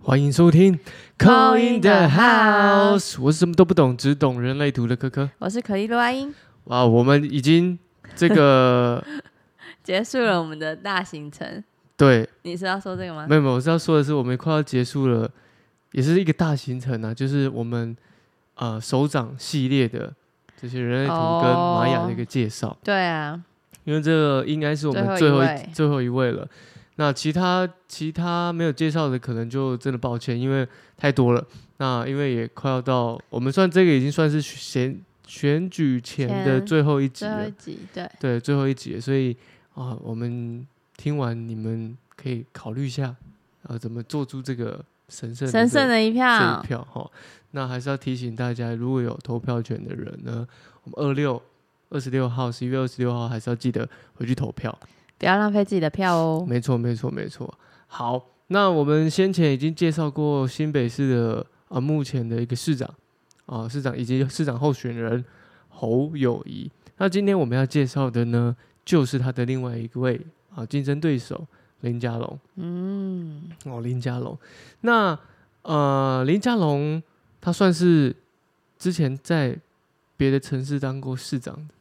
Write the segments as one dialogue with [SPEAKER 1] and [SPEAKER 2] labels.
[SPEAKER 1] 欢迎收听《Call
[SPEAKER 2] Call
[SPEAKER 1] in
[SPEAKER 2] in
[SPEAKER 1] the
[SPEAKER 2] the
[SPEAKER 1] House》，我是什么都不懂，只懂人类图的科科。
[SPEAKER 2] 我是可丽露阿英，
[SPEAKER 1] 哇，我们已经这个
[SPEAKER 2] 结束了我们的大行程。
[SPEAKER 1] 对，
[SPEAKER 2] 你是要说这个吗？
[SPEAKER 1] 没有没有，我是要说的是，我们快要结束了，也是一个大行程啊，就是我们呃手掌系列的这些人类图跟玛雅的一个介绍。
[SPEAKER 2] 对啊，
[SPEAKER 1] 因为这个应该是我们最
[SPEAKER 2] 最
[SPEAKER 1] 后
[SPEAKER 2] 后
[SPEAKER 1] 一
[SPEAKER 2] 一
[SPEAKER 1] 最后
[SPEAKER 2] 位
[SPEAKER 1] 一位了。那其他其他没有介绍的，可能就真的抱歉，因为太多了。那因为也快要到，我们算这个已经算是选选举前的
[SPEAKER 2] 前
[SPEAKER 1] 最后一集
[SPEAKER 2] 最后
[SPEAKER 1] 了
[SPEAKER 2] 一，集，对，
[SPEAKER 1] 对，最后一集了，所以啊，我们听完你们可以考虑一下，呃，怎么做出这个神圣的
[SPEAKER 2] 神
[SPEAKER 1] 这
[SPEAKER 2] 圣的一
[SPEAKER 1] 这
[SPEAKER 2] 票
[SPEAKER 1] 一，票哈。那还是要提醒大家，如果有投票权的人呢，我们二六、二十六号、十一月二十六号还是要记得回去投票。
[SPEAKER 2] 不要浪费自己的票哦。
[SPEAKER 1] 没错，没错，没错。好，那我们先前已经介绍过新北市的啊，目前的一个市长啊，市长以及市长候选人侯友谊。那今天我们要介绍的呢，就是他的另外一位啊竞争对手林佳龙。
[SPEAKER 2] 嗯，
[SPEAKER 1] 哦，林家龙。那呃，林家龙他算是之前在别的城市当过市长的，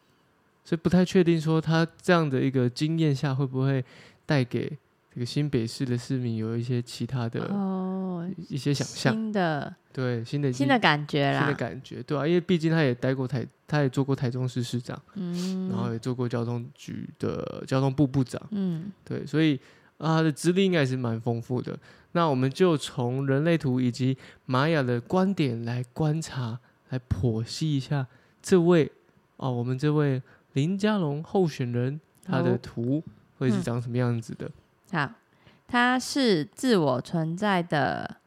[SPEAKER 1] 所以不太确定说他这样的一个经验下会不会带给这个新北市的市民有一些其他的
[SPEAKER 2] 哦，
[SPEAKER 1] 一些想象，
[SPEAKER 2] 新的
[SPEAKER 1] 对新的
[SPEAKER 2] 新
[SPEAKER 1] 经
[SPEAKER 2] 的感觉
[SPEAKER 1] 新的
[SPEAKER 2] 啦，
[SPEAKER 1] 感觉，对啊，因为毕竟他也待过台，他也做过台中市市长，
[SPEAKER 2] 嗯，
[SPEAKER 1] 然后也做过交通局的交通部部长。
[SPEAKER 2] 嗯，
[SPEAKER 1] 对，所以啊，他的资历应该也是蛮丰富的。那我们就从人类图以及玛雅的观点来观察，来剖析一下这位哦，我们这位林佳龙候选人他的
[SPEAKER 2] 好
[SPEAKER 1] 图会是
[SPEAKER 2] 嗯
[SPEAKER 1] 长什么样子的？
[SPEAKER 2] 好，它是自我存在的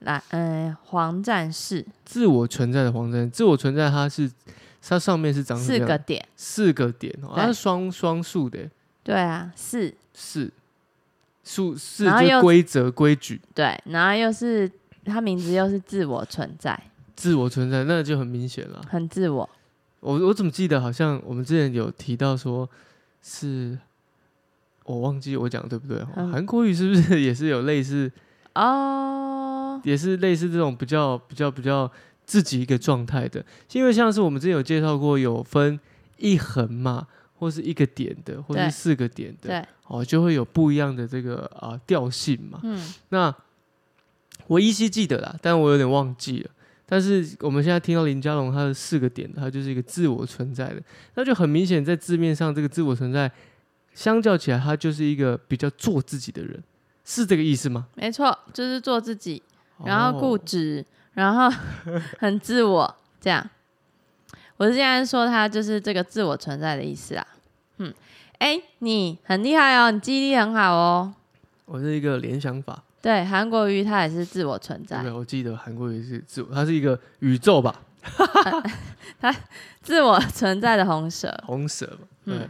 [SPEAKER 2] 蓝，呃，黄战士
[SPEAKER 1] 自我存在的黄针，自我存在它是它上面是长什么
[SPEAKER 2] 四
[SPEAKER 1] 样的？
[SPEAKER 2] 个点，
[SPEAKER 1] 四个点哦，
[SPEAKER 2] 对
[SPEAKER 1] 它是双双数的
[SPEAKER 2] 对啊，四
[SPEAKER 1] 四数四
[SPEAKER 2] 然后
[SPEAKER 1] 就是
[SPEAKER 2] 又
[SPEAKER 1] 规则规矩。
[SPEAKER 2] 对，然后又是它名字又是自我存在，
[SPEAKER 1] 自我存在，那就很明显了。
[SPEAKER 2] 很自我，
[SPEAKER 1] 我我怎么记得好像我们之前有提到说是，我忘记我讲的对不对哦？
[SPEAKER 2] 嗯
[SPEAKER 1] 韩、国语是不是 也是有类似，
[SPEAKER 2] 哦，
[SPEAKER 1] 也是类似这种比较比较比较自己一个状态的？因为像是我们之前有介绍过，有分一横嘛，或是一个点的，或是
[SPEAKER 2] 对
[SPEAKER 1] 四个点的，
[SPEAKER 2] 对，
[SPEAKER 1] 哦，就会有不一样的这个啊、调性嘛。
[SPEAKER 2] 嗯，
[SPEAKER 1] 那我依稀记得啦，但我有点忘记了。但是我们现在听到林佳龙他的四个点，他就是一个自我存在的，那就很明显在字面上，这个自我存在相较起来，他就是一个比较做自己的人，是这个意思吗？
[SPEAKER 2] 没错，就是做自己，然后固
[SPEAKER 1] 哦
[SPEAKER 2] 执，然后 很自我，这样。我是现在说他就是这个自我存在的意思啦。嗯，哎、你很厉害哦，你记忆力很好哦。
[SPEAKER 1] 我是一个联想法，
[SPEAKER 2] 对，韩国瑜他也是自我存
[SPEAKER 1] 对
[SPEAKER 2] 在
[SPEAKER 1] 不对？，我记得韩国也是自我，它是一个宇宙吧，
[SPEAKER 2] 自我存在的红蛇
[SPEAKER 1] 红蛇嘛，对，
[SPEAKER 2] 嗯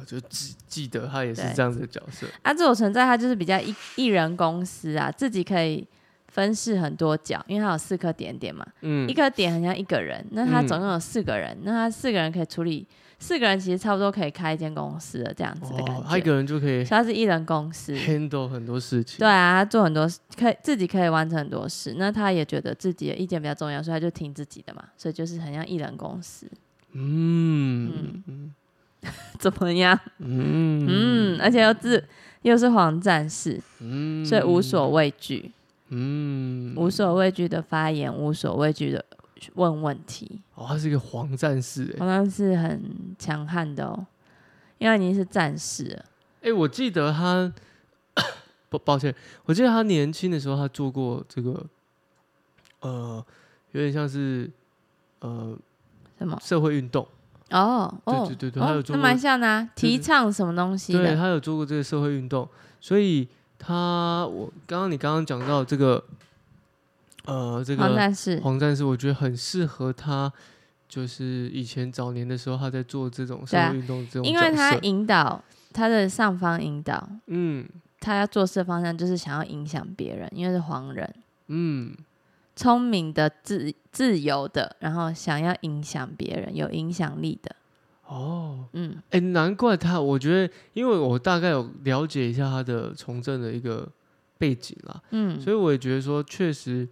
[SPEAKER 1] 我就记记得他也是
[SPEAKER 2] 对
[SPEAKER 1] 这样子的角色，
[SPEAKER 2] 啊，自我存在他就是比较一一人公司啊，自己可以分饰很多角，因为他有四颗点点嘛，
[SPEAKER 1] 嗯
[SPEAKER 2] 一，个点很像一个人，那他
[SPEAKER 1] 嗯
[SPEAKER 2] 总共有四个人，那他四个人可以处理，四个人其实差不多可以开一间公司的这样子的感觉。
[SPEAKER 1] 哦他一个人就可以
[SPEAKER 2] 所以他是艺人公司，
[SPEAKER 1] handle 很多事情，
[SPEAKER 2] 对啊，他做很多事可以自己可以完成很多事，那他也觉得自己的意见比较重要，所以他就听自己的嘛，所以就是很像艺人公司，
[SPEAKER 1] 嗯
[SPEAKER 2] 怎么样？
[SPEAKER 1] 嗯
[SPEAKER 2] 嗯，而且又自又是黄战士，
[SPEAKER 1] 嗯
[SPEAKER 2] 所以无所畏惧，
[SPEAKER 1] 嗯，
[SPEAKER 2] 无所畏惧的发言，无所畏惧的问问题，
[SPEAKER 1] 哦，他是一个黄战士哎、
[SPEAKER 2] 黄战士很强悍的哦，因为他已经是战士了，
[SPEAKER 1] 哎、我记得他 抱抱歉，我记得他年轻的时候，他做过这个，呃，有点像是呃
[SPEAKER 2] 什么？
[SPEAKER 1] 社会运动，
[SPEAKER 2] 哦哦，
[SPEAKER 1] 对对对
[SPEAKER 2] 哦
[SPEAKER 1] 他有做
[SPEAKER 2] 那
[SPEAKER 1] 过
[SPEAKER 2] 蛮像的、啊，
[SPEAKER 1] 对对
[SPEAKER 2] 提倡什么东西
[SPEAKER 1] 对
[SPEAKER 2] 的？
[SPEAKER 1] 他有做过这个社会运动，所以他我刚刚你刚刚讲到这个，呃，这
[SPEAKER 2] 黄
[SPEAKER 1] 个
[SPEAKER 2] 战士，
[SPEAKER 1] 黄战士，我觉得很适合他。就是以前早年的时候，他在做这种社
[SPEAKER 2] 对啊
[SPEAKER 1] 会运动这种角色，
[SPEAKER 2] 因为他引导他的上方引导，
[SPEAKER 1] 嗯
[SPEAKER 2] 他要做事的方向就是想要影响别人，因为是黄人，
[SPEAKER 1] 嗯，
[SPEAKER 2] 聪明的、自自由的，然后想要影响别人，有影响力的，
[SPEAKER 1] 哦，
[SPEAKER 2] 嗯，
[SPEAKER 1] 哎、难怪他，我觉得，因为我大概有了解一下他的从政的一个背景啦，
[SPEAKER 2] 嗯，
[SPEAKER 1] 所以我也觉得说，确实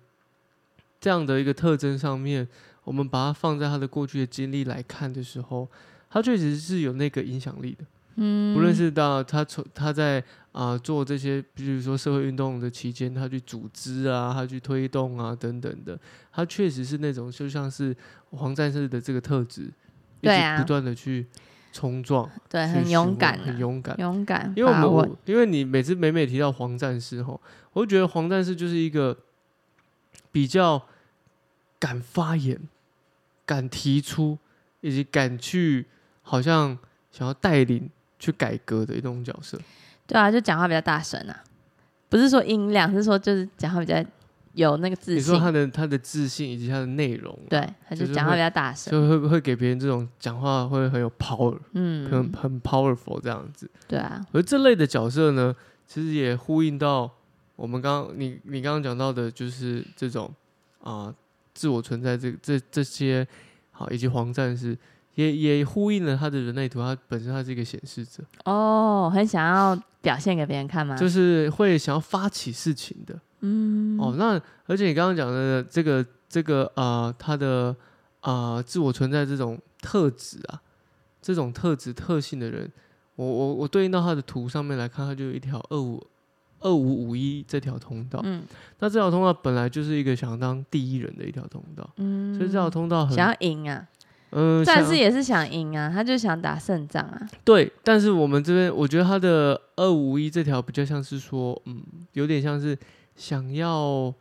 [SPEAKER 1] 这样的一个特征上面，我们把它放在他的过去的经历来看的时候，他确实是有那个影响力的。
[SPEAKER 2] 嗯
[SPEAKER 1] 不论是到他从他在啊、做这些，比如说社会运动的期间，他去组织啊，他去推动啊等等的，他确实是那种就像是黄战士的这个特质，一
[SPEAKER 2] 对
[SPEAKER 1] 直
[SPEAKER 2] 啊
[SPEAKER 1] 不断的去冲撞，
[SPEAKER 2] 对，
[SPEAKER 1] 去
[SPEAKER 2] 很
[SPEAKER 1] 询
[SPEAKER 2] 勇
[SPEAKER 1] 问
[SPEAKER 2] 敢、
[SPEAKER 1] 很
[SPEAKER 2] 啊，
[SPEAKER 1] 勇敢。
[SPEAKER 2] 勇敢，
[SPEAKER 1] 因为我
[SPEAKER 2] 把
[SPEAKER 1] 们
[SPEAKER 2] 握
[SPEAKER 1] 我因为你每次每每提到黄战士吼，我就觉得黄战士就是一个比较敢发言、敢提出，以及敢去好像想要带领去改革的一种角色。
[SPEAKER 2] 对啊，就讲话比较大声啊，不是说音量，是说就是讲话比较有那个自
[SPEAKER 1] 你说
[SPEAKER 2] 信，
[SPEAKER 1] 他的他的自信以及他的内容，，
[SPEAKER 2] 对，他就
[SPEAKER 1] 就是
[SPEAKER 2] 讲话
[SPEAKER 1] 会
[SPEAKER 2] 比较大声，
[SPEAKER 1] 就会会给别人这种讲话会很有 power，很
[SPEAKER 2] 嗯，
[SPEAKER 1] 很 powerful 这样子。
[SPEAKER 2] 对啊，
[SPEAKER 1] 而这类的角色呢，其实也呼应到我们刚刚你你刚刚讲到的，就是这种啊、自我存在这这这些好，以及黄战士，也也呼应了他的人类图，他本身他是一个显示者，
[SPEAKER 2] 哦，很想要表现给别人看吗？
[SPEAKER 1] 就是会想要发起事情的。
[SPEAKER 2] 嗯，
[SPEAKER 1] 哦，那而且你刚刚讲的这个这个啊，他的啊、自我存在这种特质啊，这种特质特性的人，我我我对应到他的图上面来看，他就有一条二五二五五一这条通道。
[SPEAKER 2] 嗯
[SPEAKER 1] 那这条通道本来就是一个想当第一人的一条通道，
[SPEAKER 2] 嗯，
[SPEAKER 1] 所以这条通道很
[SPEAKER 2] 想要赢啊，
[SPEAKER 1] 嗯，
[SPEAKER 2] 战
[SPEAKER 1] 想
[SPEAKER 2] 士也是想赢啊，他就想打胜仗啊，
[SPEAKER 1] 对，但是我们这边我觉得他的二五一这条比较像是说，嗯，有点像是想要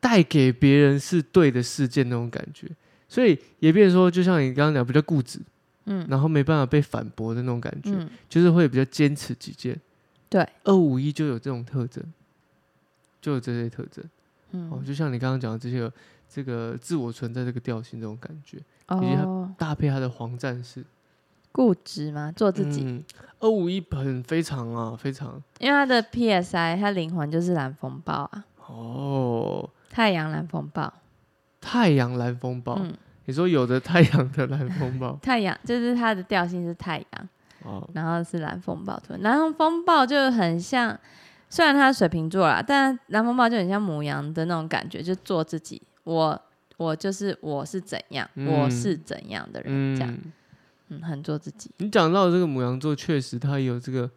[SPEAKER 1] 带给别人是对的事件那种感觉，所以也变成说，就像你刚刚讲，比较固执，
[SPEAKER 2] 嗯
[SPEAKER 1] 然后没办法被反驳的那种感觉，
[SPEAKER 2] 嗯，
[SPEAKER 1] 就是会比较坚持己见。
[SPEAKER 2] 对，
[SPEAKER 1] 二五一就有这种特征，就有这些特征。哦，
[SPEAKER 2] 嗯
[SPEAKER 1] 就像你刚刚讲的这些，这个自我存在这个调性这种感觉，以及他
[SPEAKER 2] 哦，
[SPEAKER 1] 搭配他的黄战士。
[SPEAKER 2] 固执吗？做自己，
[SPEAKER 1] 嗯，二五一很非常啊，非常
[SPEAKER 2] 因为他的 PSI，他灵魂就是蓝风暴啊，
[SPEAKER 1] 哦。
[SPEAKER 2] 太阳蓝风暴，
[SPEAKER 1] 太阳蓝风暴，
[SPEAKER 2] 嗯，
[SPEAKER 1] 你说有的太阳的蓝风 暴
[SPEAKER 2] 太阳就是它的调性是太阳，
[SPEAKER 1] 哦，
[SPEAKER 2] 然后是蓝风暴图，蓝风暴就很像，虽然它是水瓶座啦，但蓝风暴就很像母羊的那种感觉，就做自己，我我就是我是怎样，
[SPEAKER 1] 嗯
[SPEAKER 2] 我是怎样的人，这样，
[SPEAKER 1] 嗯，
[SPEAKER 2] 嗯，很做自己，
[SPEAKER 1] 你讲到这个母羊座，确实它有这个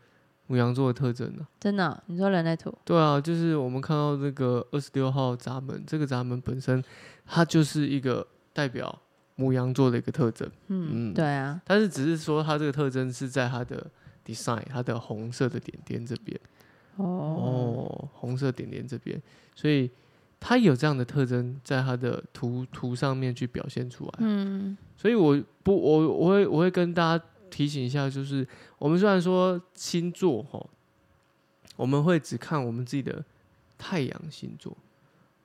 [SPEAKER 1] 母羊座的特征呢、
[SPEAKER 2] 真的哦、你说人类图，
[SPEAKER 1] 对啊，就是我们看到这个二十六号闸门，这个闸门本身它就是一个代表母羊座的一个特征，
[SPEAKER 2] 嗯，
[SPEAKER 1] 嗯
[SPEAKER 2] 对啊，
[SPEAKER 1] 但是只是说它这个特征是在它的 design，它的红色的点点这边。
[SPEAKER 2] 哦，
[SPEAKER 1] 哦，红色点点这边，所以它有这样的特征在它的图图上面去表现出来。
[SPEAKER 2] 嗯，
[SPEAKER 1] 所以我不我我会我会跟大家提醒一下，就是我们虽然说星座哈，我们会只看我们自己的太阳星座，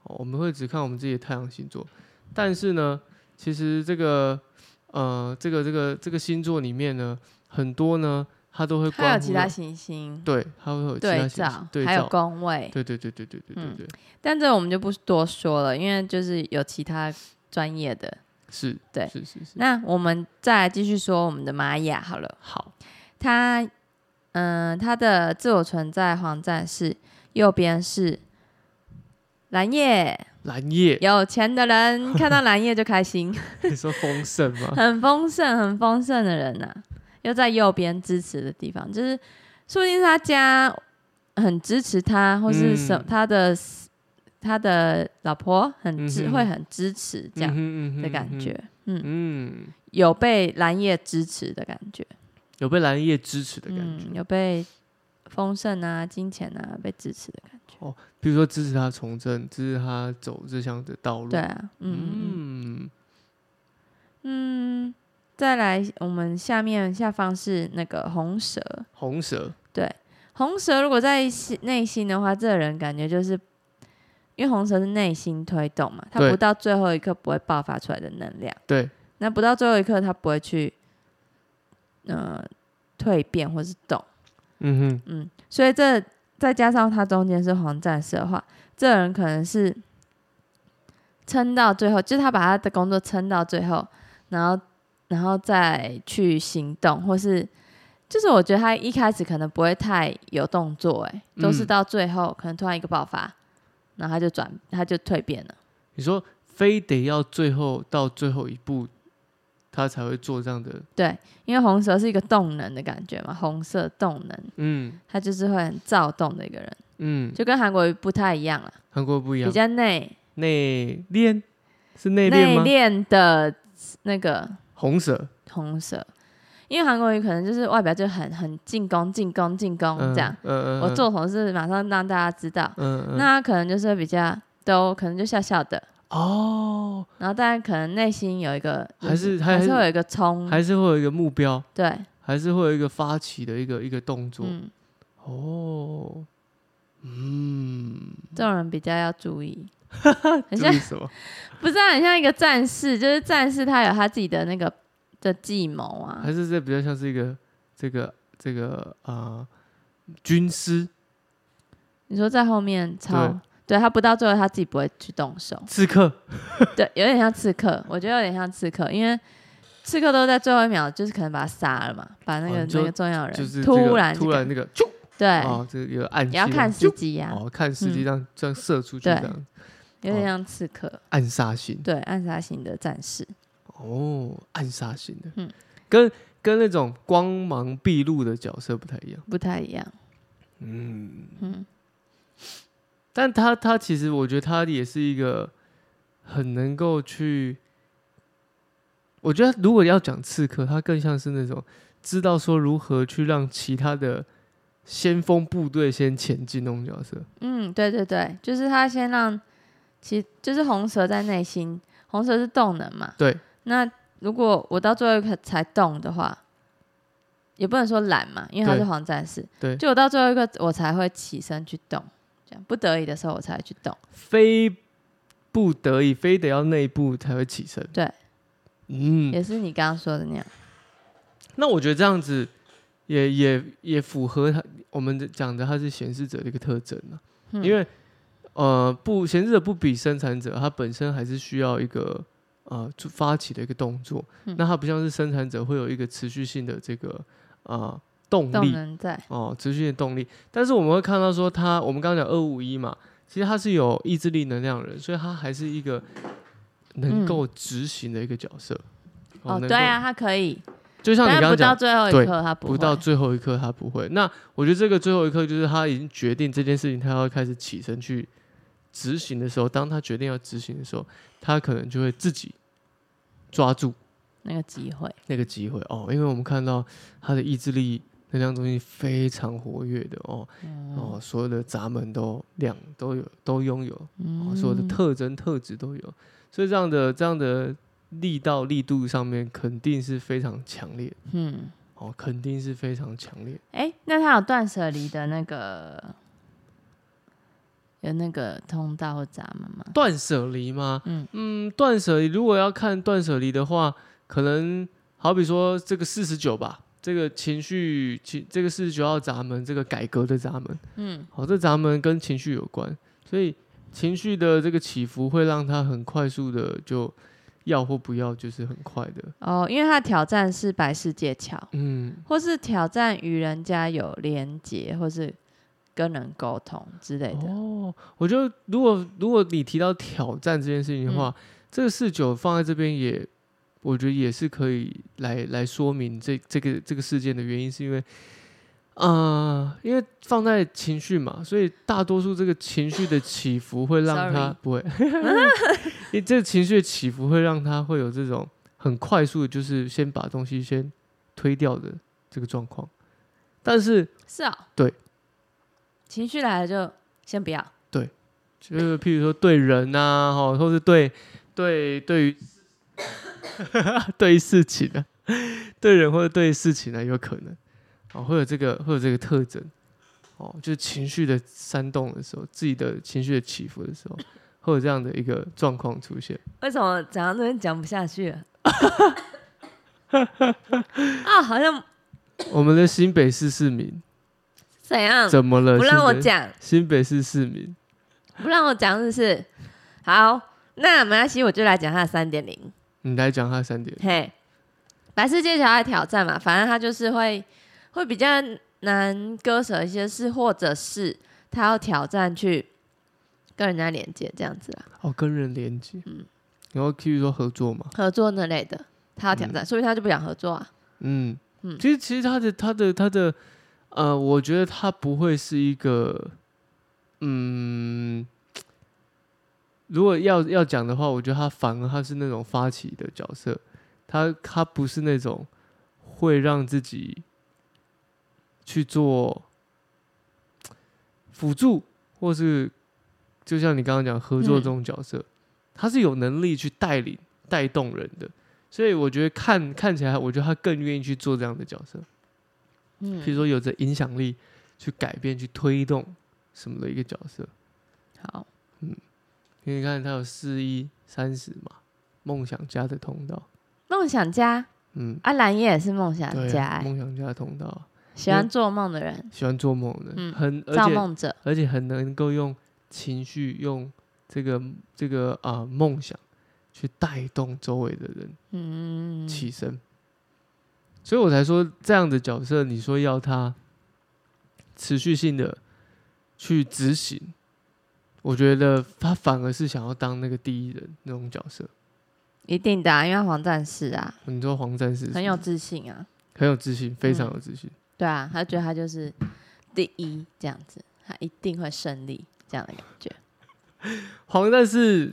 [SPEAKER 1] 哦，我们会只看我们自己的太阳星座，但是呢，其实这个呃这个这个这个星座里面呢，很多呢它都会
[SPEAKER 2] 还有
[SPEAKER 1] 关
[SPEAKER 2] 其
[SPEAKER 1] 乎
[SPEAKER 2] 他
[SPEAKER 1] 到。
[SPEAKER 2] 行星
[SPEAKER 1] 对，它会有其他星
[SPEAKER 2] 对照，
[SPEAKER 1] 对
[SPEAKER 2] 还有
[SPEAKER 1] 照
[SPEAKER 2] 宫位，
[SPEAKER 1] 对对对对对对对
[SPEAKER 2] 欸嗯
[SPEAKER 1] 对，
[SPEAKER 2] 但这我们就不多说了，因为就是有其他专业的。
[SPEAKER 1] 是，
[SPEAKER 2] 对
[SPEAKER 1] 是是是，
[SPEAKER 2] 那我们再来继续说我们的玛雅好了，
[SPEAKER 1] 好，
[SPEAKER 2] 它，嗯、它的自我存在黄战士，右边是蓝叶，
[SPEAKER 1] 蓝叶，
[SPEAKER 2] 有钱的人看到蓝叶就开心，
[SPEAKER 1] 你说丰盛吗？
[SPEAKER 2] 很丰盛、很丰盛的人呐、啊又在右边支持的地方，就是说不定是他家很支持他，或是什、
[SPEAKER 1] 嗯
[SPEAKER 2] 他的他的老婆很
[SPEAKER 1] 嗯
[SPEAKER 2] 支、
[SPEAKER 1] 哼嗯
[SPEAKER 2] 会很支持 这样
[SPEAKER 1] 样
[SPEAKER 2] 的感，觉，嗯
[SPEAKER 1] 嗯，
[SPEAKER 2] 有被蓝叶支持的感觉，
[SPEAKER 1] 有被蓝叶支持的感
[SPEAKER 2] 嗯，
[SPEAKER 1] 觉，
[SPEAKER 2] 有被丰盛啊、金钱啊被支持的感觉。
[SPEAKER 1] 比如说支持他从政，支持他走这项的道路，
[SPEAKER 2] 对，啊，嗯嗯
[SPEAKER 1] 嗯，
[SPEAKER 2] 嗯，再来，我们下面下方是那个红蛇，
[SPEAKER 1] 红蛇，
[SPEAKER 2] 对，红蛇如果在心内心的话，这个人感觉就是。因为红蛇是内心推动嘛，他
[SPEAKER 1] 对
[SPEAKER 2] 不到最后一刻不会爆发出来的能量，
[SPEAKER 1] 对，
[SPEAKER 2] 那不到最后一刻他不会去，呃，蜕变或是动。
[SPEAKER 1] 嗯
[SPEAKER 2] 嗯，所以这再加上他中间是黄战士的话，这人可能是撑到最后，就是他把他的工作撑到最后，然后然后再去行动，或是就是我觉得他一开始可能不会太有动作、欸，哎，都是
[SPEAKER 1] 嗯
[SPEAKER 2] 到最后可能突然一个爆发，然后他就转，他就蜕变了。
[SPEAKER 1] 你说非得要最后到最后一步，他才会做这样的，
[SPEAKER 2] 对，因为红蛇是一个动能的感觉嘛，红色动能，
[SPEAKER 1] 嗯
[SPEAKER 2] 他就是会很躁动的一个人，
[SPEAKER 1] 嗯，
[SPEAKER 2] 就跟韩国瑜不太一样啦，
[SPEAKER 1] 韩国不一
[SPEAKER 2] 比
[SPEAKER 1] 样，
[SPEAKER 2] 较内
[SPEAKER 1] 内敛是内敛
[SPEAKER 2] 内
[SPEAKER 1] 吗？
[SPEAKER 2] 敛的那个
[SPEAKER 1] 红色，
[SPEAKER 2] 红蛇，因为韩国瑜可能就是外表就很很进攻进攻进攻
[SPEAKER 1] 嗯
[SPEAKER 2] 哦这样，，
[SPEAKER 1] 嗯嗯，
[SPEAKER 2] 我
[SPEAKER 1] 嗯，
[SPEAKER 2] 做什么事马上让大家知道，
[SPEAKER 1] 嗯嗯，
[SPEAKER 2] 那他可能就是比较都可能就笑笑的，
[SPEAKER 1] 哦，
[SPEAKER 2] 然后但可能内心有一个就
[SPEAKER 1] 还是还
[SPEAKER 2] 还
[SPEAKER 1] 是
[SPEAKER 2] 是会有一个冲，
[SPEAKER 1] 还是会有一个目标，
[SPEAKER 2] 对，
[SPEAKER 1] 还是会有一个发起的一个一个动作，
[SPEAKER 2] 嗯，
[SPEAKER 1] 哦，嗯，
[SPEAKER 2] 这种人比较要注 意，很
[SPEAKER 1] 注
[SPEAKER 2] 像
[SPEAKER 1] 意什么？
[SPEAKER 2] 不是、啊、很像一个战士，就是战士他有他自己的那个的计谋 啊
[SPEAKER 1] 还，是这比较像是一个这个这个啊、呃军师。
[SPEAKER 2] 你说在后面操。对他不到最后，他自己不会去动手
[SPEAKER 1] 刺客，
[SPEAKER 2] 对，有点像刺客，我觉得有点像刺客，因为刺客都在最后一秒，就是可能把他杀了嘛，把那
[SPEAKER 1] 哦
[SPEAKER 2] 个、
[SPEAKER 1] 你就
[SPEAKER 2] 那个重要人、
[SPEAKER 1] 就是、这个
[SPEAKER 2] 突然
[SPEAKER 1] 突然那个啾，
[SPEAKER 2] 对，
[SPEAKER 1] 哦，这个有暗
[SPEAKER 2] 也
[SPEAKER 1] 器
[SPEAKER 2] 要
[SPEAKER 1] 嘛
[SPEAKER 2] 看时
[SPEAKER 1] 啾
[SPEAKER 2] 机呀、
[SPEAKER 1] 哦，看时机
[SPEAKER 2] 嗯
[SPEAKER 1] 这样、这样射出去，
[SPEAKER 2] 对
[SPEAKER 1] 这样
[SPEAKER 2] 有点像刺客，
[SPEAKER 1] 暗杀型
[SPEAKER 2] 对，暗杀型的战士，
[SPEAKER 1] 哦，暗杀型的，
[SPEAKER 2] 嗯
[SPEAKER 1] 跟跟那种光芒毕露的角色不太一样，
[SPEAKER 2] 不太一样。
[SPEAKER 1] 嗯，
[SPEAKER 2] 嗯，
[SPEAKER 1] 但他他其实我觉得他也是一个很能够去，呃我觉得如果要讲刺客，他更像是那种知道说如何去让其他的先锋部队先前进那种角色。
[SPEAKER 2] 嗯，对对对，就是他先让，其实就是红蛇在内心，红蛇是动能嘛。
[SPEAKER 1] 对。
[SPEAKER 2] 那如果我到最后一刻才动的话，也不能说懒嘛，因为他
[SPEAKER 1] 对
[SPEAKER 2] 是黄战士。
[SPEAKER 1] 对
[SPEAKER 2] 就我到最后一刻，我才会起身去动，这样不得已的时候我才会去动。
[SPEAKER 1] 非不得已，非得要内部才会起身。
[SPEAKER 2] 对，
[SPEAKER 1] 嗯，
[SPEAKER 2] 也是你刚刚说的那样。
[SPEAKER 1] 那我觉得这样子也也也符合他我们讲的他是显示者的一个特征啊，
[SPEAKER 2] 嗯
[SPEAKER 1] 因为呃不显示者不比生产者，他本身还是需要一个呃就发起的一个动作，
[SPEAKER 2] 嗯
[SPEAKER 1] 那他不像是生产者会有一个持续性的这个呃动
[SPEAKER 2] 动
[SPEAKER 1] 力
[SPEAKER 2] 能在，
[SPEAKER 1] 哦，持续的动力。但是我们会看到说他，我们刚刚讲二五一嘛，其实他是有意志力能量的人，所以他还是一个能
[SPEAKER 2] 嗯
[SPEAKER 1] 够执行的一个角色。
[SPEAKER 2] 哦，
[SPEAKER 1] 能
[SPEAKER 2] 对
[SPEAKER 1] 够
[SPEAKER 2] 啊，，他可以，
[SPEAKER 1] 就像你
[SPEAKER 2] 但
[SPEAKER 1] 刚
[SPEAKER 2] 不
[SPEAKER 1] 刚
[SPEAKER 2] 到
[SPEAKER 1] 讲，
[SPEAKER 2] 最后一
[SPEAKER 1] 对
[SPEAKER 2] 刻他不
[SPEAKER 1] 不
[SPEAKER 2] 会。
[SPEAKER 1] 到最后一刻他不会。那我觉得这个最后一刻就是他已经决定这件事情，他要开始起身去执行的时候，当他决定要执行的时候，他可能就会自己抓住
[SPEAKER 2] 那个机会，
[SPEAKER 1] 那个机会哦，因为我们看到他的意志力能量中心非常活跃的哦，
[SPEAKER 2] 嗯
[SPEAKER 1] 哦，所有的闸门都亮，都有都拥有，哦，所有
[SPEAKER 2] 嗯
[SPEAKER 1] 的特征特质都有，所以这样的这样的力道力度上面肯定是非常强烈，
[SPEAKER 2] 嗯，
[SPEAKER 1] 哦，肯定是非常强烈。
[SPEAKER 2] 哎、那他有断舍离的那个，有那个通道或闸门吗？
[SPEAKER 1] 断舍离吗？
[SPEAKER 2] 嗯
[SPEAKER 1] 嗯，断舍离如果要看断舍离的话，可能好比说这个四十九吧，这个情绪情这个四十九号闸门，这个改革的闸门，
[SPEAKER 2] 嗯，
[SPEAKER 1] 好、这闸门跟情绪有关，所以情绪的这个起伏会让他很快速的就要或不要，就是很快的，
[SPEAKER 2] 哦，因为他的挑战是白世界桥，
[SPEAKER 1] 嗯，
[SPEAKER 2] 或是挑战与人家有连接，或是跟人沟通之类的。
[SPEAKER 1] 哦，我觉得如果如果你提到挑战这件事情的话，
[SPEAKER 2] 嗯
[SPEAKER 1] 这个四九放在这边也，我觉得也是可以来来说明这这个这个事件的原因，是因为，啊，因为放在情绪嘛，所以大多数这个情绪的起伏会让他
[SPEAKER 2] Sorry
[SPEAKER 1] 不会， 因为这个情绪的起伏会让他会有这种很快速的，就是先把东西先推掉的这个状况，但是
[SPEAKER 2] 是啊、
[SPEAKER 1] 对，
[SPEAKER 2] 情绪来了就先不要。
[SPEAKER 1] 就是譬如说对人呐、啊，哦，或是对对对于对于事情啊，对人或者对事情啊，有可能哦，会有这个会有这个特征哦，就是情绪的煽动的时候，自己的情绪的起伏的时候，会有这样的一个哦状况出现。
[SPEAKER 2] 为什么讲到这边讲不下去了？ 啊，好像
[SPEAKER 1] 我们的新北市市民
[SPEAKER 2] 怎样？
[SPEAKER 1] 怎么了？
[SPEAKER 2] 不让我
[SPEAKER 1] 新北
[SPEAKER 2] 讲，
[SPEAKER 1] 新北市市民，
[SPEAKER 2] 不让我讲，是不是？好，那没关系，我就来讲他的三点零。
[SPEAKER 1] 你来讲他三点。
[SPEAKER 2] 嘿，白世界桥的挑战嘛，反正他就是会会比较难割舍一些事，或者是他要挑战去跟人家连接这样子啦，
[SPEAKER 1] 哦，跟人连接，嗯，然后譬如说合作嘛，
[SPEAKER 2] 合作那类的，他要挑战，说明他就不想合作啊。
[SPEAKER 1] 嗯
[SPEAKER 2] 嗯
[SPEAKER 1] 其实其实他的他的他的，呃，我觉得他不会是一个，嗯，如果要要讲的话，我觉得他反而他是那种发起的角色，他他不是那种会让自己去做辅助，或是就像你刚刚讲合作
[SPEAKER 2] 嗯
[SPEAKER 1] 这种角色，他是有能力去带领带动人的。所以我觉得看看起来，我觉得他更愿意去做这样的角色，譬如
[SPEAKER 2] 嗯，
[SPEAKER 1] 说有着影响力去改变、去推动什么的一个角色。
[SPEAKER 2] 好，
[SPEAKER 1] 因为你看他有四一三十嘛，梦想家的通道，
[SPEAKER 2] 梦想家，
[SPEAKER 1] 嗯，
[SPEAKER 2] 阿兰也是梦想
[SPEAKER 1] 对
[SPEAKER 2] 家
[SPEAKER 1] 啊，
[SPEAKER 2] 欸、
[SPEAKER 1] 梦想家的通道啊，
[SPEAKER 2] 喜欢做梦的人，
[SPEAKER 1] 喜欢做梦的人，
[SPEAKER 2] 嗯
[SPEAKER 1] 很而
[SPEAKER 2] 造
[SPEAKER 1] 且
[SPEAKER 2] 梦者，
[SPEAKER 1] 而且很能够用情绪、用这个这个啊、梦想去带动周围的人。
[SPEAKER 2] 嗯，
[SPEAKER 1] 起身。所以我才说这样的角色，你说要他持续性的去执行，我觉得他反而是想要当那个第一人那种角色。
[SPEAKER 2] 一定的、啊，因为他黄战士啊，
[SPEAKER 1] 你说黄战士是不是
[SPEAKER 2] 很有自信啊，
[SPEAKER 1] 很有自信，非常
[SPEAKER 2] 嗯
[SPEAKER 1] 有自信。
[SPEAKER 2] 对啊，他觉得他就是第一这样子，他一定会胜利这样的感觉。
[SPEAKER 1] 黄战士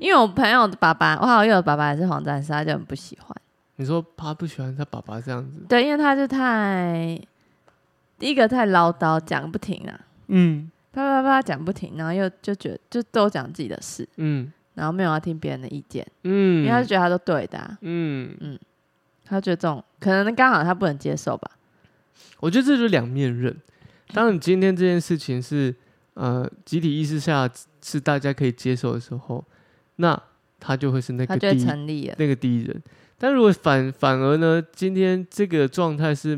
[SPEAKER 2] 因为我朋友的爸爸，我好友的爸爸也是黄战士，他就很不喜欢。
[SPEAKER 1] 你说他不喜欢他爸爸这样子，
[SPEAKER 2] 对，因为他就太第一个太唠叨，讲不停啊，
[SPEAKER 1] 嗯
[SPEAKER 2] 叭叭叭讲不停，然后又就觉得就都讲自己的事，
[SPEAKER 1] 嗯
[SPEAKER 2] 然后没有要听别人的意见，因为他就
[SPEAKER 1] 嗯
[SPEAKER 2] 觉得他都对的、啊，
[SPEAKER 1] 嗯，
[SPEAKER 2] 他觉得这种可能刚好他不能接受吧。
[SPEAKER 1] 我觉得这就是两面刃。当你今天这件事情是呃集体意识下是大家可以接受的时候，那他就会是那
[SPEAKER 2] 他
[SPEAKER 1] 个
[SPEAKER 2] 就
[SPEAKER 1] 第
[SPEAKER 2] 会
[SPEAKER 1] 一
[SPEAKER 2] 成立了。
[SPEAKER 1] 那个第一人。但如果反反而呢，今天这个状态是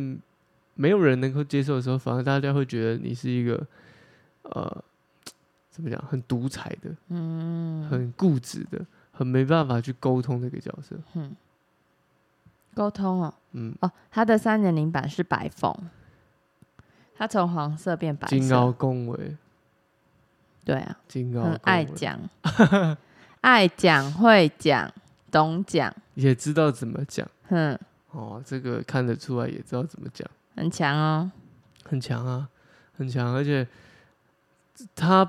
[SPEAKER 1] 没有人能够接受的时候，反而大家会觉得你是一个呃怎么讲，很独裁的，
[SPEAKER 2] 嗯，
[SPEAKER 1] 很固执的，很没办法去沟通的一个角色。
[SPEAKER 2] 沟通哦，
[SPEAKER 1] 嗯，
[SPEAKER 2] 哦，他的三点零版是白凤，他从黄色变白
[SPEAKER 1] 金鳌
[SPEAKER 2] 色，
[SPEAKER 1] 恭维，
[SPEAKER 2] 对啊，
[SPEAKER 1] 金鳌
[SPEAKER 2] 很
[SPEAKER 1] 恭
[SPEAKER 2] 爱
[SPEAKER 1] 维
[SPEAKER 2] 讲， 爱讲会讲，懂讲，
[SPEAKER 1] 也知道怎么讲。
[SPEAKER 2] 哼，
[SPEAKER 1] 哦，这个看得出来，也知道怎么讲，
[SPEAKER 2] 很强哦，
[SPEAKER 1] 很强啊，很强，而且他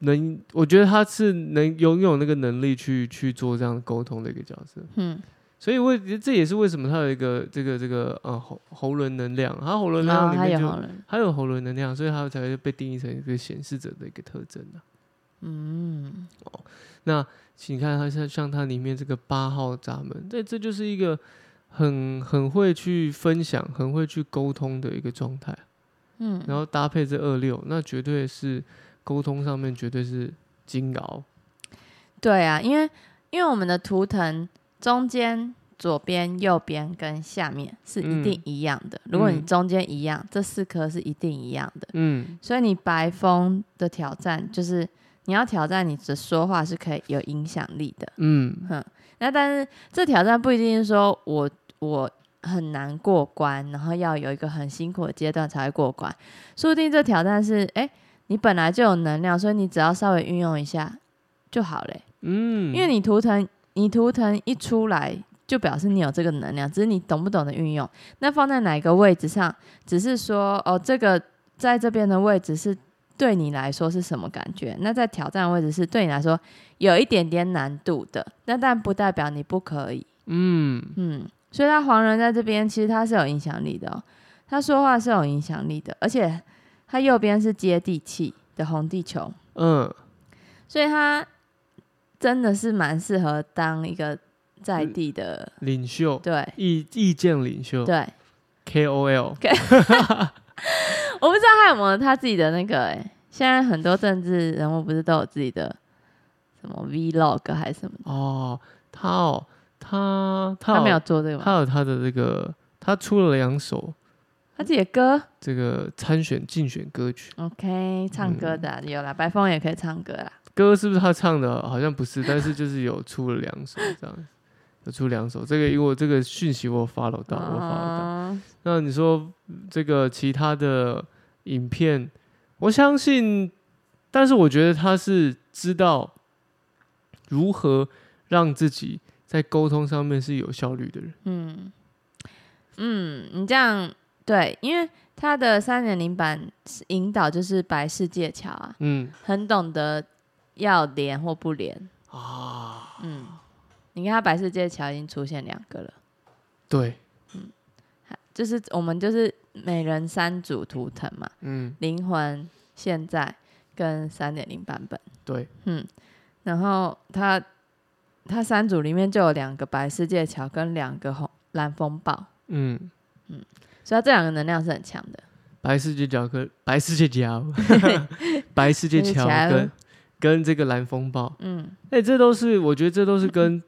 [SPEAKER 1] 能，我觉得他是能拥有那个能力去去做这样沟通的一个角色，
[SPEAKER 2] 哼，
[SPEAKER 1] 所以我也这也是为什么他有一个这个这个呃喉喉轮能量，他喉轮能
[SPEAKER 2] 然
[SPEAKER 1] 量里
[SPEAKER 2] 后哦他
[SPEAKER 1] 面
[SPEAKER 2] 有
[SPEAKER 1] 就
[SPEAKER 2] 好人，
[SPEAKER 1] 他有喉轮能量，所以他才会被定义成一个显示者的一个特征啊。
[SPEAKER 2] 嗯，
[SPEAKER 1] 那请看它像像它里面这个八号闸门，这这就是一个很很会去分享、很会去沟通的一个状态。
[SPEAKER 2] 嗯，
[SPEAKER 1] 然后搭配这二六，那绝对是沟通上面绝对是金鳌。
[SPEAKER 2] 对啊，因为因为我们的图腾中间、左边、右边跟下面是一定
[SPEAKER 1] 嗯
[SPEAKER 2] 一样的。如果你
[SPEAKER 1] 嗯
[SPEAKER 2] 中间一样，这四颗是一定一样的。
[SPEAKER 1] 嗯
[SPEAKER 2] 所以你白风的挑战就是你要挑战你的说话是可以有影响力的。
[SPEAKER 1] 嗯
[SPEAKER 2] 那但是这挑战不一定是说我我很难过关，然后要有一个很辛苦的阶段才会过关。说不定这挑战是哎、诶你本来就有能量，所以你只要稍微运用一下就好嘞、
[SPEAKER 1] 嗯，
[SPEAKER 2] 因为你图腾，你图腾一出来就表示你有这个能量，只是你懂不懂得运用。那放在哪一个位置上，只是说哦，这个在这边的位置是对你来说是什么感觉？那在挑战的位置是对你来说有一点点难度的，那但不代表你不可以。
[SPEAKER 1] 嗯
[SPEAKER 2] 嗯，所以他黄人在这边其实他是有影响力的、哦，他说话是有影响力的，而且他右边是接地气的红地球。
[SPEAKER 1] 嗯
[SPEAKER 2] 所以他真的是蛮适合当一个在地的，
[SPEAKER 1] 领袖
[SPEAKER 2] 对
[SPEAKER 1] 意意见领袖
[SPEAKER 2] 对。
[SPEAKER 1] KOL，
[SPEAKER 2] 我不知道他有没有他自己的那个、欸，现在很多政治人物不是都有自己的什么 vlog 还是什么的？
[SPEAKER 1] 哦，他哦他他
[SPEAKER 2] 他没有
[SPEAKER 1] 有
[SPEAKER 2] 做这个吗？
[SPEAKER 1] 他有他的这个他出了两首
[SPEAKER 2] 他自己的歌
[SPEAKER 1] 这个参选竞选歌曲。
[SPEAKER 2] ，OK，唱歌的啊、有啦，白凤也可以唱歌啦。啊
[SPEAKER 1] 歌是不是他唱的？好像不是，但是就是有出了两首这样，有得出两手。这个因为我这个讯息我有 follow 到，我有 follow 到。
[SPEAKER 2] 嗯
[SPEAKER 1] 那你说这个其他的影片，我相信，但是我觉得他是知道如何让自己在沟通上面是有效率的人。
[SPEAKER 2] 嗯嗯，你这样对，因为他的三点零版引导就是白世界桥啊，
[SPEAKER 1] 嗯
[SPEAKER 2] 很懂得要连或不连。
[SPEAKER 1] 啊，
[SPEAKER 2] 嗯，你看他白世界桥已经出现两个了，
[SPEAKER 1] 对，
[SPEAKER 2] 就是我们就是每人三组图腾嘛，
[SPEAKER 1] 嗯
[SPEAKER 2] 灵魂、现在跟三点零版本。
[SPEAKER 1] 对，
[SPEAKER 2] 嗯，然后他他三组里面就有两个白世界桥跟两个红蓝风暴，
[SPEAKER 1] 嗯，
[SPEAKER 2] 所以他这两个能量是很强的。
[SPEAKER 1] 白世界角跟白世界 桥，白世界桥
[SPEAKER 2] 白世界桥
[SPEAKER 1] 跟跟这个蓝风暴，
[SPEAKER 2] 嗯，
[SPEAKER 1] 哎、这都是我觉得这都是跟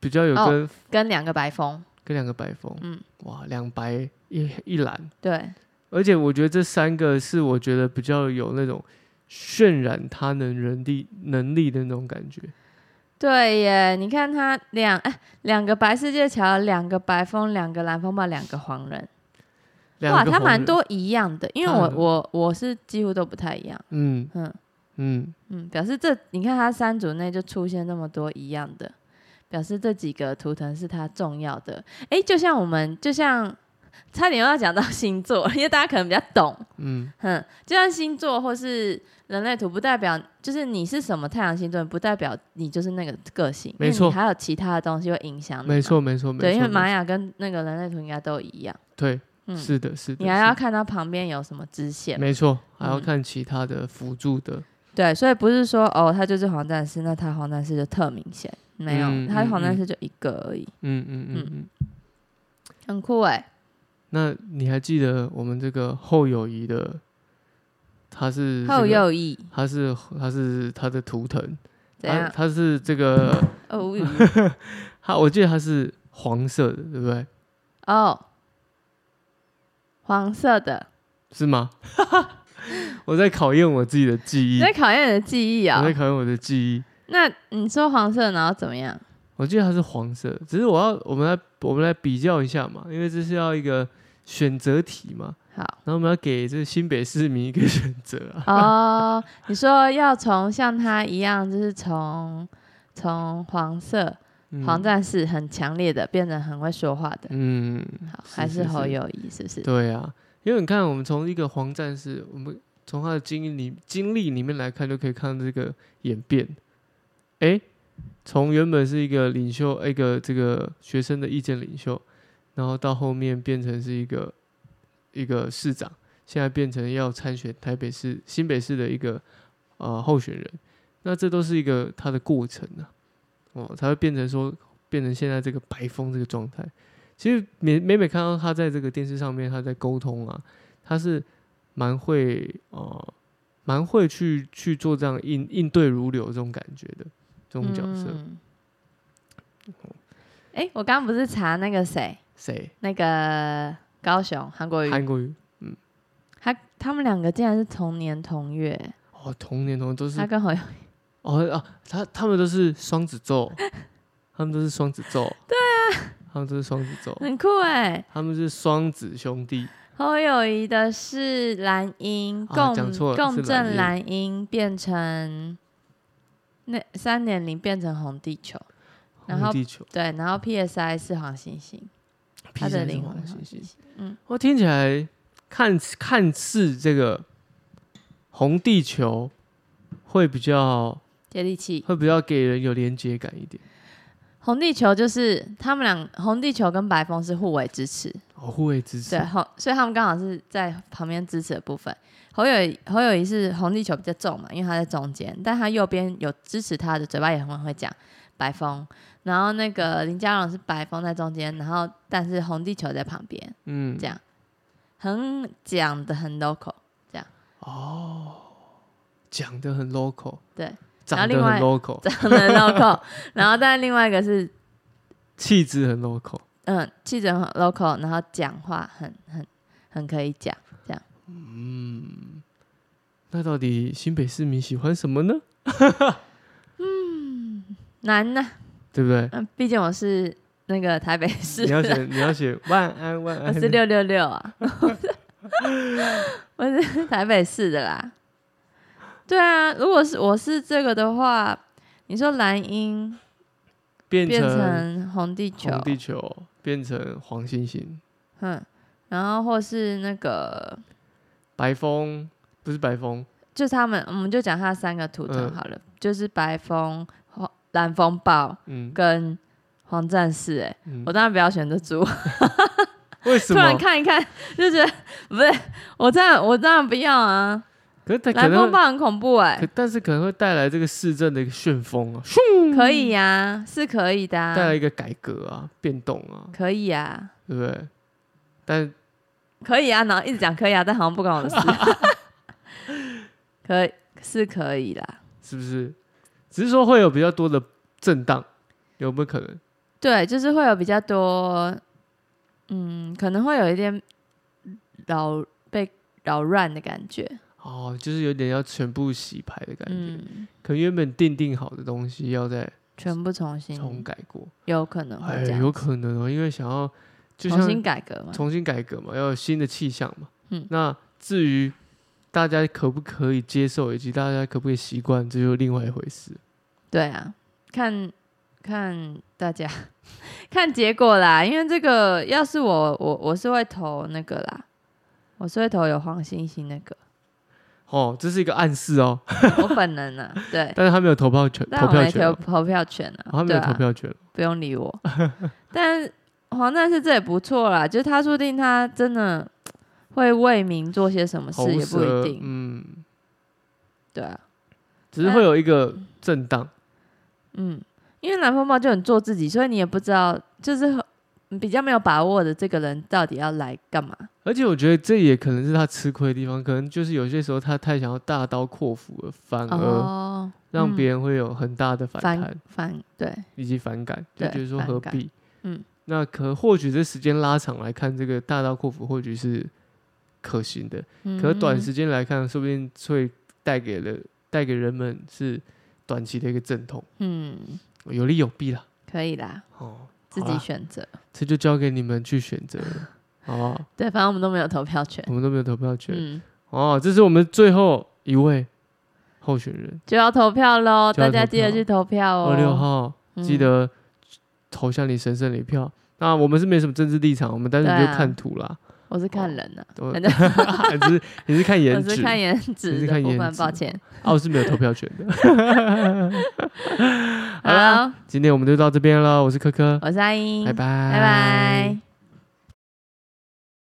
[SPEAKER 1] 比较有
[SPEAKER 2] 哦
[SPEAKER 1] 跟、
[SPEAKER 2] 跟两个白风，
[SPEAKER 1] 跟两个白风，
[SPEAKER 2] 嗯
[SPEAKER 1] 哇，两白一一蓝。
[SPEAKER 2] 对，
[SPEAKER 1] 而且我觉得这三个是我觉得比较有那种渲染他能人力能力的那种感觉。
[SPEAKER 2] 对耶，你看他两哎两个白世界桥，两个白风，两个蓝风暴，两个黄人，哇，
[SPEAKER 1] 两个
[SPEAKER 2] 他
[SPEAKER 1] 红
[SPEAKER 2] 蛮
[SPEAKER 1] 人，嗯
[SPEAKER 2] 多一样的，因为
[SPEAKER 1] 他
[SPEAKER 2] 我
[SPEAKER 1] 很多
[SPEAKER 2] 我我是几乎都不太一样，
[SPEAKER 1] 嗯
[SPEAKER 2] 嗯
[SPEAKER 1] 嗯，
[SPEAKER 2] 嗯，表示这你看他三组内就出现那么多一样的，表示这几个图腾是他重要的，哎，就像我们就像差点又要讲到星座，因为大家可能比较懂，
[SPEAKER 1] 嗯，
[SPEAKER 2] 哼，就像星座或是人类图，不代表就是你是什么太阳星座，不代表你就是那个个性，因为
[SPEAKER 1] 没错
[SPEAKER 2] 你还有其他的东西会影响你。
[SPEAKER 1] 没，错没错没错，
[SPEAKER 2] 对，因为
[SPEAKER 1] 没
[SPEAKER 2] 玛
[SPEAKER 1] 错
[SPEAKER 2] 雅跟那个人类图应该都一样，
[SPEAKER 1] 对，
[SPEAKER 2] 嗯，
[SPEAKER 1] 是的是的，
[SPEAKER 2] 你还要
[SPEAKER 1] 是的
[SPEAKER 2] 看到旁边有什么支线，
[SPEAKER 1] 没错，还要
[SPEAKER 2] 嗯
[SPEAKER 1] 看其他的辅助的，
[SPEAKER 2] 对，所以不是说哦，他就是黄战士，那他黄战士就特明显，没有，
[SPEAKER 1] 嗯
[SPEAKER 2] 他
[SPEAKER 1] 嗯
[SPEAKER 2] 黄战
[SPEAKER 1] 嗯
[SPEAKER 2] 士就一个而已，
[SPEAKER 1] 嗯嗯嗯
[SPEAKER 2] 嗯
[SPEAKER 1] 嗯。
[SPEAKER 2] 很酷哎、
[SPEAKER 1] 那你还记得我们这个后友谊的，他是这
[SPEAKER 2] 后
[SPEAKER 1] 个，
[SPEAKER 2] 右翼
[SPEAKER 1] 他是他是他的图腾，
[SPEAKER 2] 怎
[SPEAKER 1] 他
[SPEAKER 2] 样？
[SPEAKER 1] 他是这个
[SPEAKER 2] 哦 无语
[SPEAKER 1] 他，我记得他是黄色的，对不对？
[SPEAKER 2] 哦，黄色的，
[SPEAKER 1] 是 吗？我在考验我自己的记忆，
[SPEAKER 2] 你在考验你的记忆啊、
[SPEAKER 1] 我在考验我的记忆。
[SPEAKER 2] 那你说黄色，然后怎么样？
[SPEAKER 1] 我记得它是黄色，只是我要我们来我们来比较一下嘛，因为这是要一个选择题嘛，
[SPEAKER 2] 好
[SPEAKER 1] 然后我们要给这个新北市民一个选择啊。
[SPEAKER 2] 哦，你说要从像他一样，就是从从黄色
[SPEAKER 1] 嗯
[SPEAKER 2] 黄战士很强烈的变成很会说话的，
[SPEAKER 1] 嗯，
[SPEAKER 2] 好，
[SPEAKER 1] 是
[SPEAKER 2] 还是
[SPEAKER 1] 是
[SPEAKER 2] 侯
[SPEAKER 1] 是
[SPEAKER 2] 友谊是不是？
[SPEAKER 1] 对啊，因为你看我们从一个黄战士，我们从他的经历里经历里面来看，就可以看到这个演变。诶，从原本是一个领袖，一个这个学生的意见领袖，然后到后面变成是一个一个市长，现在变成要参选台北市、新北市的一个呃候选人，那这都是一个他的过程啊，哦，才会变成说变成现在这个白风这个状态。其实每每每看到他在这个电视上面，他在沟通啊，他是蛮会呃，蛮会去去做这样应应对如流这种感觉的这种角色。
[SPEAKER 2] 嗯哎、我刚刚不是查那个谁，
[SPEAKER 1] 谁？
[SPEAKER 2] 那个高雄韩国瑜，
[SPEAKER 1] 韩国瑜
[SPEAKER 2] 他他们两个竟然是同年同月，
[SPEAKER 1] 哦，同年同都是
[SPEAKER 2] 他跟侯友
[SPEAKER 1] 哦啊，他他们都是双子座，他们都是双子座。对啊，他们都是双子座，
[SPEAKER 2] 很酷哎、
[SPEAKER 1] 他们是双子兄弟。
[SPEAKER 2] 侯友谊的是蓝鹰
[SPEAKER 1] 啊
[SPEAKER 2] 共、
[SPEAKER 1] 讲错了是
[SPEAKER 2] 共振
[SPEAKER 1] 蓝
[SPEAKER 2] 蓝鹰变成那三点零变成红地球，然
[SPEAKER 1] 红
[SPEAKER 2] 后
[SPEAKER 1] 地球，
[SPEAKER 2] 对，然后 PSI 是黄星星，它的灵魂
[SPEAKER 1] 黄
[SPEAKER 2] 是
[SPEAKER 1] 星
[SPEAKER 2] 黄
[SPEAKER 1] 星
[SPEAKER 2] 星。星，嗯，
[SPEAKER 1] 我听起来看看似这个红地球会比较
[SPEAKER 2] 接地气。
[SPEAKER 1] 会比较给人有连接感一点，
[SPEAKER 2] 红地球就是他们俩，红地球跟白风是互为支持，
[SPEAKER 1] 哦，互为支持
[SPEAKER 2] 对，，红，所以他们刚好是在旁边支持的部分。侯友侯友谊是红地球比较重嘛，因为他在中间，但他右边有支持他的，嘴巴也很会讲白风。然后那个林佳荣是白风在中间，然后但是红地球在旁边，
[SPEAKER 1] 嗯
[SPEAKER 2] 这，样很讲的很 local。
[SPEAKER 1] 讲的很 local，
[SPEAKER 2] 对，然后
[SPEAKER 1] 长
[SPEAKER 2] 另
[SPEAKER 1] 得很
[SPEAKER 2] 外
[SPEAKER 1] local，
[SPEAKER 2] 长得很 local，然后但另外一个是
[SPEAKER 1] 气质很 local，
[SPEAKER 2] 嗯，气质很 local，然后讲话很很很可以讲，
[SPEAKER 1] 嗯，那到底新北市民喜欢什么呢？
[SPEAKER 2] 难呢、
[SPEAKER 1] 对不对？
[SPEAKER 2] 嗯，毕竟我是那个台北市
[SPEAKER 1] 你要
[SPEAKER 2] 的
[SPEAKER 1] 写你要写万安万
[SPEAKER 2] 我
[SPEAKER 1] 安，
[SPEAKER 2] 是六六六啊， 我是台北市的啦。对啊，如果是我是这个的话，你说蓝鹰
[SPEAKER 1] 变
[SPEAKER 2] 变
[SPEAKER 1] 成
[SPEAKER 2] 成红地球，
[SPEAKER 1] 红地球，变成黄星星，
[SPEAKER 2] 嗯，然后或是那个，
[SPEAKER 1] 白风不是白风，
[SPEAKER 2] 就是他们，我们就讲它三个图腾
[SPEAKER 1] 嗯
[SPEAKER 2] 好了，就是白风、黄蓝风暴
[SPEAKER 1] 嗯
[SPEAKER 2] 跟黄战士、欸。
[SPEAKER 1] 嗯
[SPEAKER 2] 我，当然不要选这猪，
[SPEAKER 1] 为什
[SPEAKER 2] 突然
[SPEAKER 1] 么？
[SPEAKER 2] 看一看就觉得不是，我当然我当然不要啊，
[SPEAKER 1] 可是它哎可
[SPEAKER 2] 蓝
[SPEAKER 1] 能
[SPEAKER 2] 风
[SPEAKER 1] 会
[SPEAKER 2] 暴很恐怖哎、
[SPEAKER 1] 可但是可能会带来这个市政的一个旋风啊，
[SPEAKER 2] 嗯
[SPEAKER 1] 咻
[SPEAKER 2] 可以呀、是可以的、
[SPEAKER 1] 带来
[SPEAKER 2] 啊，
[SPEAKER 1] 一个改革啊，变动啊，
[SPEAKER 2] 可以呀、
[SPEAKER 1] 对不对？但
[SPEAKER 2] 可以啊，然后一直讲可以啊，但好像不关我的事。 可以是可以啦，
[SPEAKER 1] 是不是？只是说会有比较多的震荡，有没有可能？
[SPEAKER 2] 对，就是会有比较多，嗯，可能会有一点扰被扰乱的感觉，
[SPEAKER 1] 哦，就是有点要全部洗牌的感觉，
[SPEAKER 2] 嗯，
[SPEAKER 1] 可能原本定定好的东西要再
[SPEAKER 2] 全部重新
[SPEAKER 1] 重改过，
[SPEAKER 2] 有可能会
[SPEAKER 1] 哎
[SPEAKER 2] 这，样，
[SPEAKER 1] 有可能哦，因为想要就像
[SPEAKER 2] 重新改革嘛，
[SPEAKER 1] 重新改革嘛，要有新的气象嘛。
[SPEAKER 2] 嗯
[SPEAKER 1] 那至于大家可不可以接受，以及大家可不可以习惯，这就是另外一回事。
[SPEAKER 2] 对啊，看看大家 看结果啦，因为这个要是我我我是会投那个啦，我是会投有黄星星那个，
[SPEAKER 1] 哦，这是一个暗示哦，
[SPEAKER 2] 我本人啊，对，
[SPEAKER 1] 但是他没有投票权，
[SPEAKER 2] 但
[SPEAKER 1] 投
[SPEAKER 2] 我
[SPEAKER 1] 票
[SPEAKER 2] 没
[SPEAKER 1] 权
[SPEAKER 2] 投
[SPEAKER 1] 哦，
[SPEAKER 2] 投票权啊，
[SPEAKER 1] 哦他没
[SPEAKER 2] 对
[SPEAKER 1] 有
[SPEAKER 2] 啊，
[SPEAKER 1] 投票权。
[SPEAKER 2] 不用理 我。但黄战士这也不错啦，就是他说不定他真的会为民做些什么事
[SPEAKER 1] 喉
[SPEAKER 2] 也不一
[SPEAKER 1] 舌
[SPEAKER 2] 定，
[SPEAKER 1] 嗯，
[SPEAKER 2] 对啊，
[SPEAKER 1] 只是会有一个震荡，
[SPEAKER 2] 嗯，因为蓝风暴就很做自己，所以你也不知道就是很。比较没有把握的这个人到底要来干嘛？
[SPEAKER 1] 而且我觉得这也可能是他吃亏的地方，可能就是有些时候他太想要大刀阔斧了，反而
[SPEAKER 2] 哦，
[SPEAKER 1] 让
[SPEAKER 2] 嗯
[SPEAKER 1] 别人会有很大的反弹。
[SPEAKER 2] 反反对，
[SPEAKER 1] 以及反感，就
[SPEAKER 2] 对
[SPEAKER 1] 觉得说何
[SPEAKER 2] 反
[SPEAKER 1] 必？
[SPEAKER 2] 嗯，
[SPEAKER 1] 那可或许这时间拉长来看，这个大刀阔斧或许是可行的，可
[SPEAKER 2] 嗯
[SPEAKER 1] 短时间来看，说不定会带给了带给人们是短期的一个阵痛，
[SPEAKER 2] 嗯，嗯，
[SPEAKER 1] 有利有弊啦。
[SPEAKER 2] 可以啦，
[SPEAKER 1] 哦，
[SPEAKER 2] 自
[SPEAKER 1] 好
[SPEAKER 2] 己
[SPEAKER 1] 啦
[SPEAKER 2] 选择。
[SPEAKER 1] 这就交给你们去选择 了，好不好？
[SPEAKER 2] 对，反正我们都没有投票权，
[SPEAKER 1] 我们都没有投票权、
[SPEAKER 2] 嗯，
[SPEAKER 1] 哦，这是我们最后一位候选人，
[SPEAKER 2] 就要投票喽，
[SPEAKER 1] 就要
[SPEAKER 2] 大
[SPEAKER 1] 投
[SPEAKER 2] 家记得
[SPEAKER 1] 票
[SPEAKER 2] 去投票哦。
[SPEAKER 1] 二六号。
[SPEAKER 2] 嗯
[SPEAKER 1] 记得投向你神圣的一票。那我们是没什么政治立场，我们单纯
[SPEAKER 2] 对
[SPEAKER 1] 就
[SPEAKER 2] 啊
[SPEAKER 1] 看图啦。
[SPEAKER 2] 我是看人的，
[SPEAKER 1] 我
[SPEAKER 2] 反
[SPEAKER 1] 你
[SPEAKER 2] 正
[SPEAKER 1] 是你是看哦颜
[SPEAKER 2] 啊我是
[SPEAKER 1] 值，
[SPEAKER 2] 看颜
[SPEAKER 1] 你
[SPEAKER 2] 值
[SPEAKER 1] 是
[SPEAKER 2] 的
[SPEAKER 1] 看
[SPEAKER 2] 部
[SPEAKER 1] 颜
[SPEAKER 2] 分，
[SPEAKER 1] 值
[SPEAKER 2] 抱歉。
[SPEAKER 1] 啊，我是没有投票权的。好啦
[SPEAKER 2] 好，
[SPEAKER 1] 今天我们就到这边了，我是科科，
[SPEAKER 2] 我是阿英，
[SPEAKER 1] 拜拜，
[SPEAKER 2] 拜拜。